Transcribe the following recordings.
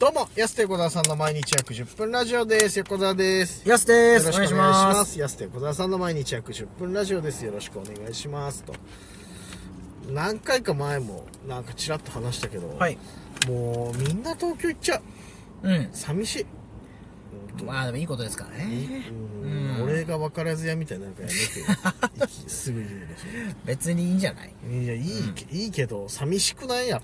どうも、安手小沢さんの毎日約10分ラジオです。横澤です。やすでよす。ろおしくお願願いいししま。ますす。安手小沢さんの毎日約10分ラジオです。よろしくお願いします。と。何回か前も、なんかちらっと話したけど、はい。もうみんな東京行っちゃう。うん。寂しい。まあでもいいことですからね。うん、俺が分からずやみたいになるからやめてよすぐ言うでし別にいいんじゃないょいやいい,、いいけど寂しくないやっ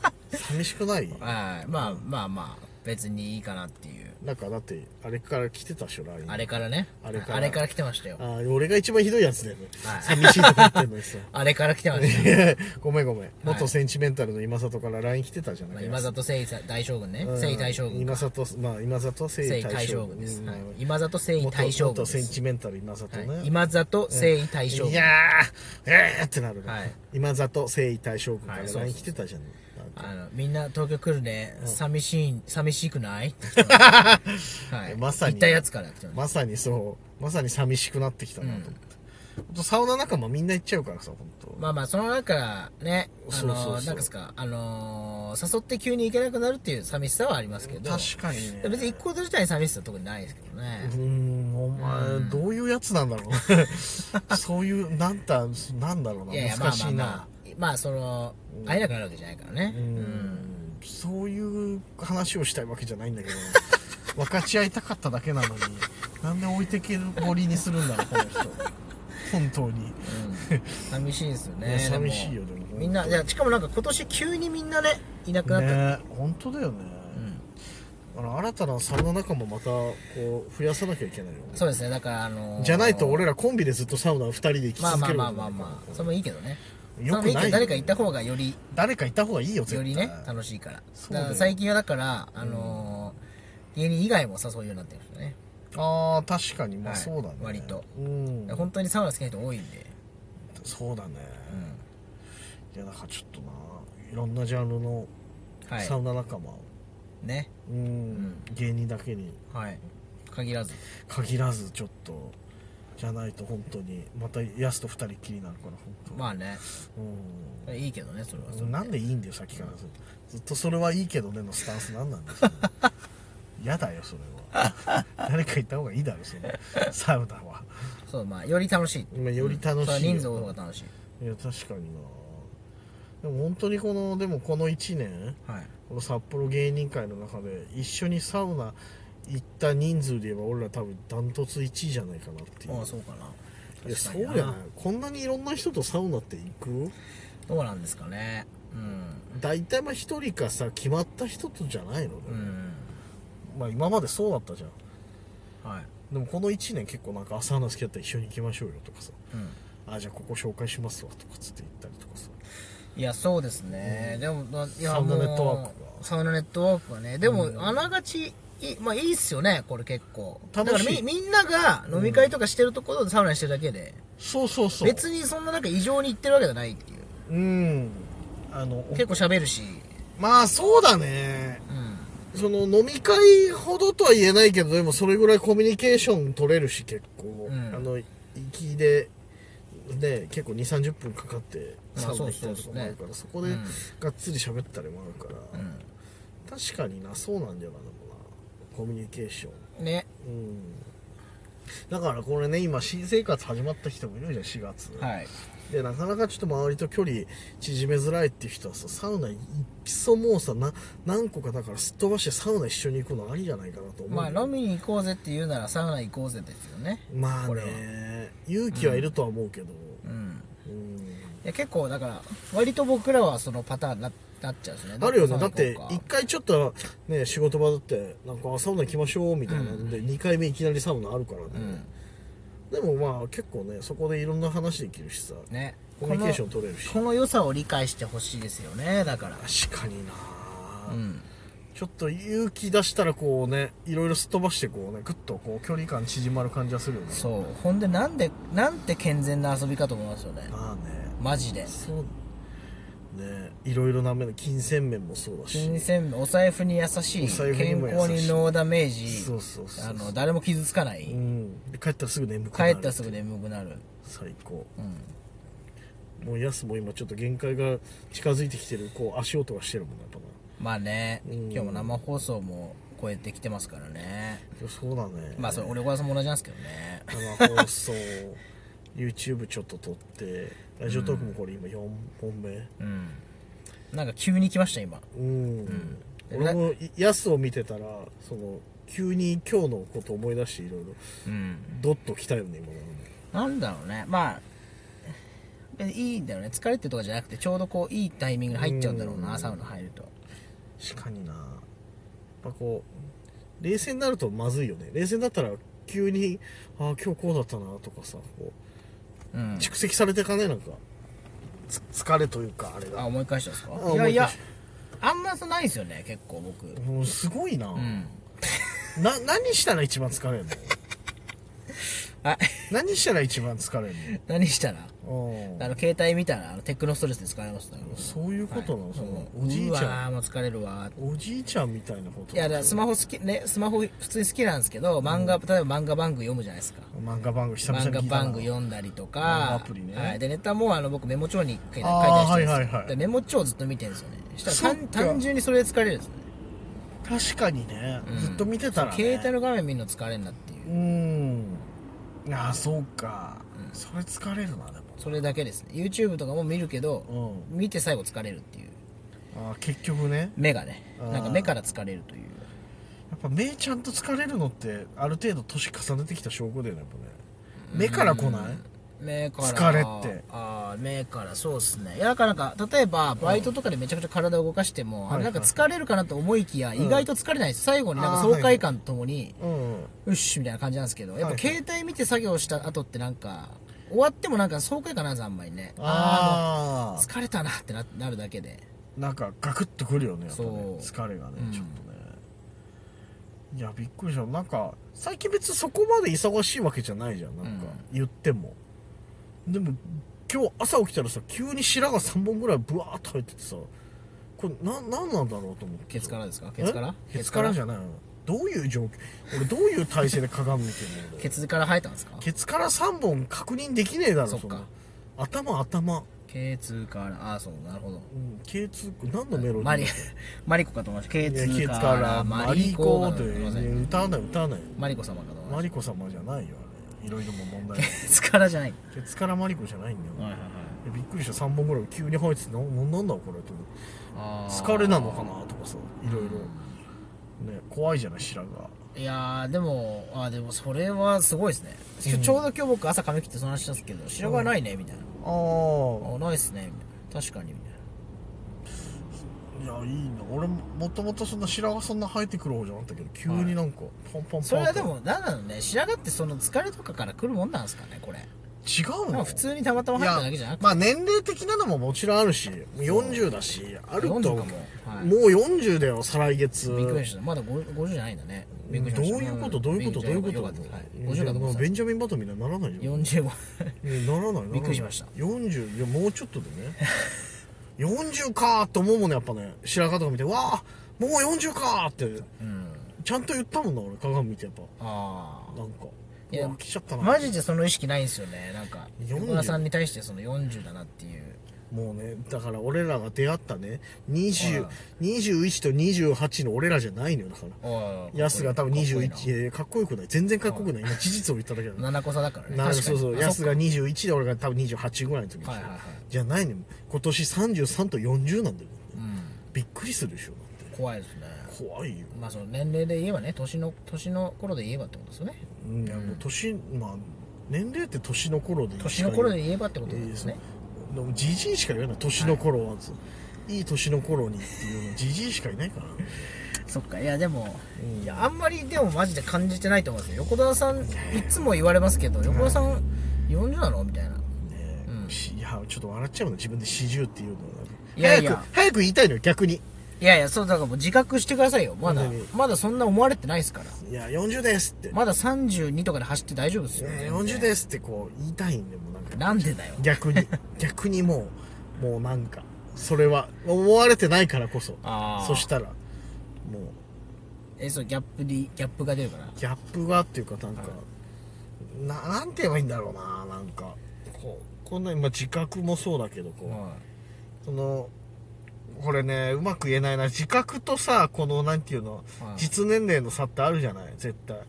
ぱ寂しくないはい。まあまあまあ、別にいいかなっていう。なんかだってあれから来てたっしょ LINE あれからね。あれから来てましたよ。あー俺が一番ひどいやつだよね、はい寂しいとか言ってんのに さあれから来てましたよ。いやごめんごめん、元センチメンタルの今里から LINE 来てたじゃまなあい今里誠意大将軍ね。誠意大将軍。今里まあ今里誠誠意意大大将将軍軍です。うんはい今里誠意元大将軍元でセンす。チメンタル今里ね、はい今里誠意大将い軍。やー、えーってなるね。はい今里誠意大将軍かはらいそう LINE 来てたじゃん。なんかあの、みんな東京来るね。寂しい、寂しくないって人 はい。まさに行ったやつから来てましまさにそう、まさに寂しくなってきたなと思って。ほんとサウナ仲間みんな行っちゃうからさ、本当。まあまあ、その中、ね、あそうそうの、そうなんかすか、あのー、誘って急に行けなくなるっていう寂しさはありますけど。確かにね。別に行くこと自体に寂しさは特にないですけどうね。ーん、お前、どういうやつなんだろ う。そういう、なんた、なんだろういやいや、な、まあ難ましあいまなあ。。まあ、その、会えなくなるわけじゃないからね。うー ん、そういう話をしたいわけじゃないんだ けど、分かち合いたかっただけなのに、なんで置いてけぼりにするんだろう、この人。本当に。うん寂しいですよいね。やでも寂しいよでもみんな、いや、しかもなんか今年急にみんなね、いなくなった。ね本当だよね、あの新たなサウナ仲間またこう増やさなきゃいけないよねそうですね、だからあのー、じゃないと俺らコンビでずっとサウナ2人で行きまあ続まけあるまわあけだまかあらまあ、それもいいけどね。よくないよそれもけど誰か行った方がより、誰かいた方がいいよ絶対よりね楽しいからそうだだよから最近はだから、あのー芸人以外も誘うようになってるんですよねああ確かにまあはいそうだね、割とうん本当にサウナ好きな人多いんで、そうだね、うんいやだからちょっとないろんなジャンルのはサウいナ仲間を、ねうん、芸人だけにはい限らず限らずちょっとじゃないと本当にまたヤスと2人っきりになるから本当まあねうんいいけどねそれはそれなんでいいんだよさっきからずっとずっとそれはいいけどねのスタンスなんなんです か嫌だよそれは 誰かいた方がいいだろそのサウナはそうまあより楽しい今より楽しいよそれは人数多い方が楽しいいや確かになでも本当にこのでもこの1年はいこの札幌芸人会の中で一緒にサウナ行った人数で言えば俺ら多分ダントツ1位じゃないかなっていうああそうかないや確そかうにやなこんなにいろんな人とサウナって行くどうなんですかねうん大体まあ1人かさ決まった人とじゃないのね、うんまあ今までそうだったじゃんはいでもこの1年結構なんか朝の好きだったら一緒に行きましょうよとかさうんあじゃあここ紹介しますわとかつって言ったりとかさいやそうですね、でもまあいやサウナもネうットワークがサウナネットワークはねでも、あながちいいまあいいっすよねこれ結構楽しいだからみみんなが飲み会とかしてるところでサウナしてるだけで、そうそうそう別にそんななんか異常に行ってるわけじゃないっていううんあの結構喋るしまあそうだねうんその飲み会ほどとは言えないけどでもそれぐらいコミュニケーション取れるし結構、うんあの行きでね結構2 3 0分かかってまあサウナ行ったりとかもあるから、そこでうんがっつり喋ったりもあるから、確かになそうなんだよなでもなコミュニケーションうんねうんだからこれね今新生活始まった人もいるじゃん4月、はいでなかなかちょっと周りと距離縮めづらいっていう人はさサウナいっそもうさな何個かだからすっ飛ばしてサウナ一緒に行くのありじゃないかなと思うまあよ飲みに行こうぜって言うならサウナ行こうぜですよねまあこれはね勇気はいるとは思うけどうんうん、いや結構だから割と僕らはそのパターンにななっちゃうんですよねあるよねサウだナっ行こうてか1回ちょっとね仕事場だってなんかあサウナ行きましょうみたいなんで、2回目いきなりサウナあるからね、でもまあ結構ねそこでいろんな話できるしさうんねコミュニケーション取れるしこの良さを理解してほしいですよねだから確かにな、うんちょっと勇気出したらこうねいろいろすっ飛ばしてこうねグッとこう距離感縮まる感じがするよねそうほんでなんでなんて健全な遊びかと思いますよねまあねマジでそうねいろいろな面で金銭面もそうだし金銭お財布に優しいお財布に健も優しい康にノーダメージそうそうそうあの誰も傷つかない、うんで帰ったらすぐ眠く帰なるったらすぐ眠くなる最高うんもうヤスも今ちょっと限界が近づいてきてるこう足音がしてるもんねやっぱなまあね、うん今日も生放送も超えてきてますからね。そうだねまあ、それ、俺小屋さんも同じなんですけどね。生放送 YouTube ちょっと撮ってラジオトークもこれ今4本目うん。なんか急に来ました、今。うん、俺もいやすを見てたらその急に今日のこと思い出していろいろうん。ドッと来たよね今のなんだろうね。まあ、でいいんだよね。疲れてるとかじゃなくて、ちょうどこう、いいタイミングに入っちゃうんだろうな、うんサウナ入ると。確かになやっぱこう冷静になるとまずいよね冷静になったら急にああ今日こうだったなとかさこうんう。蓄積されていかねなんかつ疲れというかあれあ、が思い返したんですかあいやいや思い返し、あんまそうないですよね、結構僕。うもうすごいな、ん。な何したら一番疲れ るのあ、 何したら一番疲れる何したらのあの、携帯見たら、あの、テクノストレスで使えましたから。そういうことなの、はいそのうんおじいうちわゃーもう疲れるわーんおじいちゃんみたいなこといやだからスマホ好きねスマホ普通に好きなんですけど漫画、例えば漫画番組読むじゃないですか漫画番組久々漫に画聞いたな番組読んだりと漫画かアプリねはい、でネタもあの僕メモ帳に書いて書いたりしてるあーんですよ、はいはいはいでメモ帳ずっと見てるんですよねしたらそっ単か単純にそれで疲れるんですよね確かにね、んずっと見てたら、ね、携帯の画面見るの疲れんなっていううんああそうか、それ疲れるなでそれだけですね YouTube とかも見るけど、も見て最後疲れるっていううんあー結局ね目がねあーなんか目から疲れるというやっぱ目ちゃんと疲れるのってある程度年重ねてきた証拠だよねやっぱね目から来ない、目から疲れってああ目からそうっすねいやだからなんか例えばバイトとかでめちゃくちゃ体を動かしても、いあれなんか疲れるかなと思いきや、ん意外と疲れないです最後になんかあー爽快感ともに、うんうっしみたいな感じなんですけどやっはぱいはい携帯見て作業した後ってなんか終わってもなんか爽快感なんですあんまりねあーあもうあ疲れたなってななるだけでなんかガクッとくるよねやっぱねそう疲れがねうんちょっとね、いやびっくりしたなんか最近別にそこまで忙しいわけじゃないじゃんなんか、言ってもでも今日朝起きたらさ急に白が3本ぐらいブワーッと入っててさこれな何なんだろうと思ってケツからですかケツからえケツからじゃないのどういう状況俺どういう体勢で鏡見てるの ケツから生えたんですかケツから3本確認できねえだろそっかんな頭頭、ケツからああそうなるほどうん、ケツ何のメロディーマリ マリコかと思いましたケいやツケツかかららママリリココかとと思いいまうせんね歌わない歌わないマリコ様かと思いまマしリコ様じゃないよあれいろいろも 問題ないたケツからじゃないケツからマリコじゃないんだよ、はいはいはいいやびっくりした3本ぐらい急に入っててなななんだこれと思ってあー疲れなのかなとかさいろいろね怖いじゃない白がいやーでもあーでもそれはすごいですね、ちょちょうど今日僕朝髪切ってその話したんですけど「白髪ないね」みたいなあ「あないっすね」みたいな確かにみたいいやいいな俺ももともとそんな白がそんな生えてくる方じゃなかったけど急になんかパンパンパンなとそれはでも何なのね白髪ってその疲れとかから来るもんなんですかねこれ違うまのあ普通にたまたま入っただけじゃなくてまあ年齢的なのももちろんあるしもう40だしあると40もかもはいう40だよ再来月びっくりしたまだ50 50じゃないんだねびっくりしどうましたいうことどういうことどういうことよかったよかったはい50かと思っもてうたベンジャミン・バトンみたいにならないじゃん 45いやならないならないびっくりしました40いやもうちょっとでね40かーと思うもんねやっぱね白髪とか見てわあもう40かーってうんちゃんと言ったもんな俺鏡見てやっぱああなんかいやうわ来ちゃったなマジでその意識ないんですよねなんか40横田さんに対してその40だなっていうもうねだから俺らが出会ったね20はい21と28の俺らじゃないのよだからおいヤスが多分かっこいい21いやかっこよくない全然かっこよくない今事実を言っただけだな七個差だからねなるそうそうヤスがに21で俺が多分28ぐらいの時でしょはいはいはいじゃないのよ今年33と40なんだよ、うんびっくりするでしょだっ怖いですねて怖いよ、まあその年齢で言えばね年の年の頃で言えばってことですよねうん、いやもう年まあ年齢って年の頃でいいしか年の言う頃で言えばってことですねでもじじいしか言わない年の頃はず、い、い年の頃にっていうのじじいしかいないからねそっかいやでもうんいやあんまりでもマジで感じてないと思うんですよ横田さんいつも言われますけど横田さん40なのみたいなねえうんしいやちょっと笑っちゃうの自分で四十っていうのなんかいやいや早く早く言いたいのよ逆にいやいやそうだからもう自覚してくださいよまだ本当にまだそんな思われてないですからいや40ですって、まだ32とかで走って大丈夫ですよ、ねえ、全然40ですってこう言いたいんでもうなんかなんでだよ逆 に逆にもうもうなんかそれは思われてないからこそあーそしたらもえそうギャップにギャップが出るからうギャップがっていうかなんか、ななんて言えばいいんだろうななんかこうこんな今自覚もそうだけどこう、はそのこれねうまく言えないな自覚とさこのなんていうの、はい実年齢の差ってあるじゃない絶対うん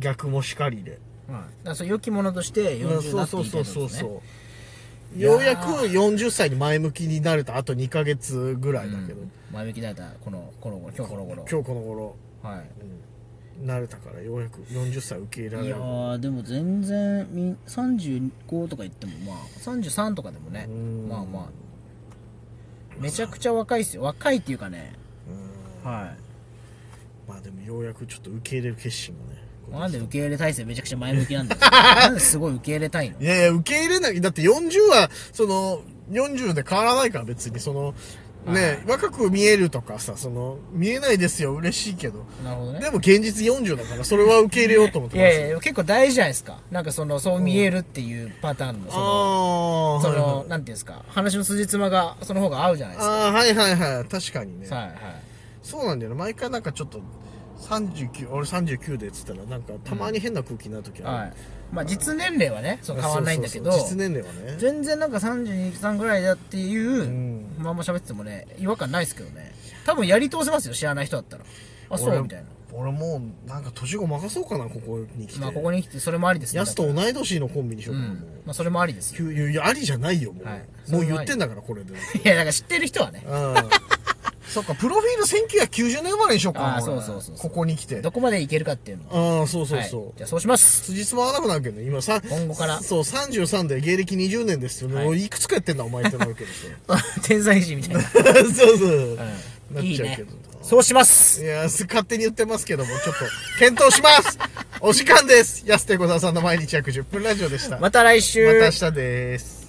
逆もしかりではい、だからそう良きものとして40になってそういそうんけるですそうねそうういやーようやく40歳に前向きになれたあと2ヶ月ぐらいだけど、ん前向きだったこのこの頃今日この頃今日この頃、はいうん、慣れたからようやく40歳受け入れらいれやるーでも全然み35とか言ってもまあ33とかでもねうんまあまあめちゃくちゃ若いっすよ若いっていうかねうんはまあでもようやくちょっと受け入れる決心がねいなんで受け入れ体制めちゃくちゃ前向き なんだよなんですごい受け入れたいのいやいや、受け入れない。だって40は、その、40で変わらないから別に、その、ね、若く見えるとかさ、その、見えないですよ、嬉しいけど。なるほどねでも現実40だから、それは受け入れようと思っています。やいや結構大事じゃないですかなんかそのそう見えるっていうパターンのそのああ、そはいはいのなんていうんですか話の筋妻がその方が合うじゃないですあーはいはいはい、確かにねか。はいはいそうなんだよね。毎回なんかちょっと、39、俺39でっつったら、なんかたまに変な空気になるときはいまあ実年齢はねそう変わんないんだけどそうそうそう実年齢はね。全然なんか32歳ぐらいだっていう、んまあんま喋っててもね違和感ないですけどね多分やり通せますよ知らない人だったらあそ俺うみたいな俺もう、なんか年子任そうかな、ここに来て。まあここに来てそれもありですねやすと同い年のコンビにしよううかな、んもうまあそれもありですよ急いやありじゃないよもう、はいもう言ってんだからこれでうんいやだから知ってる人はね そっかプロフィール1990年生まれにしようかなあー俺そうそうそうそうここに来てどこまでいけるかっていうのはああそうそうそう、はい、じゃあそう します辻褄合わなくなるけどね今さ今後からそう33で芸歴20年ですよ、はいもういくつかやってんだお前ってなるけど 天才児みたいな、そうそうそう、う、なんっいいちゃうねけどそうしますいやす勝手に言ってますけどもちょっと検討しますお時間です安手小沢さんの毎日約10分ラジオでしたままた来週た明日です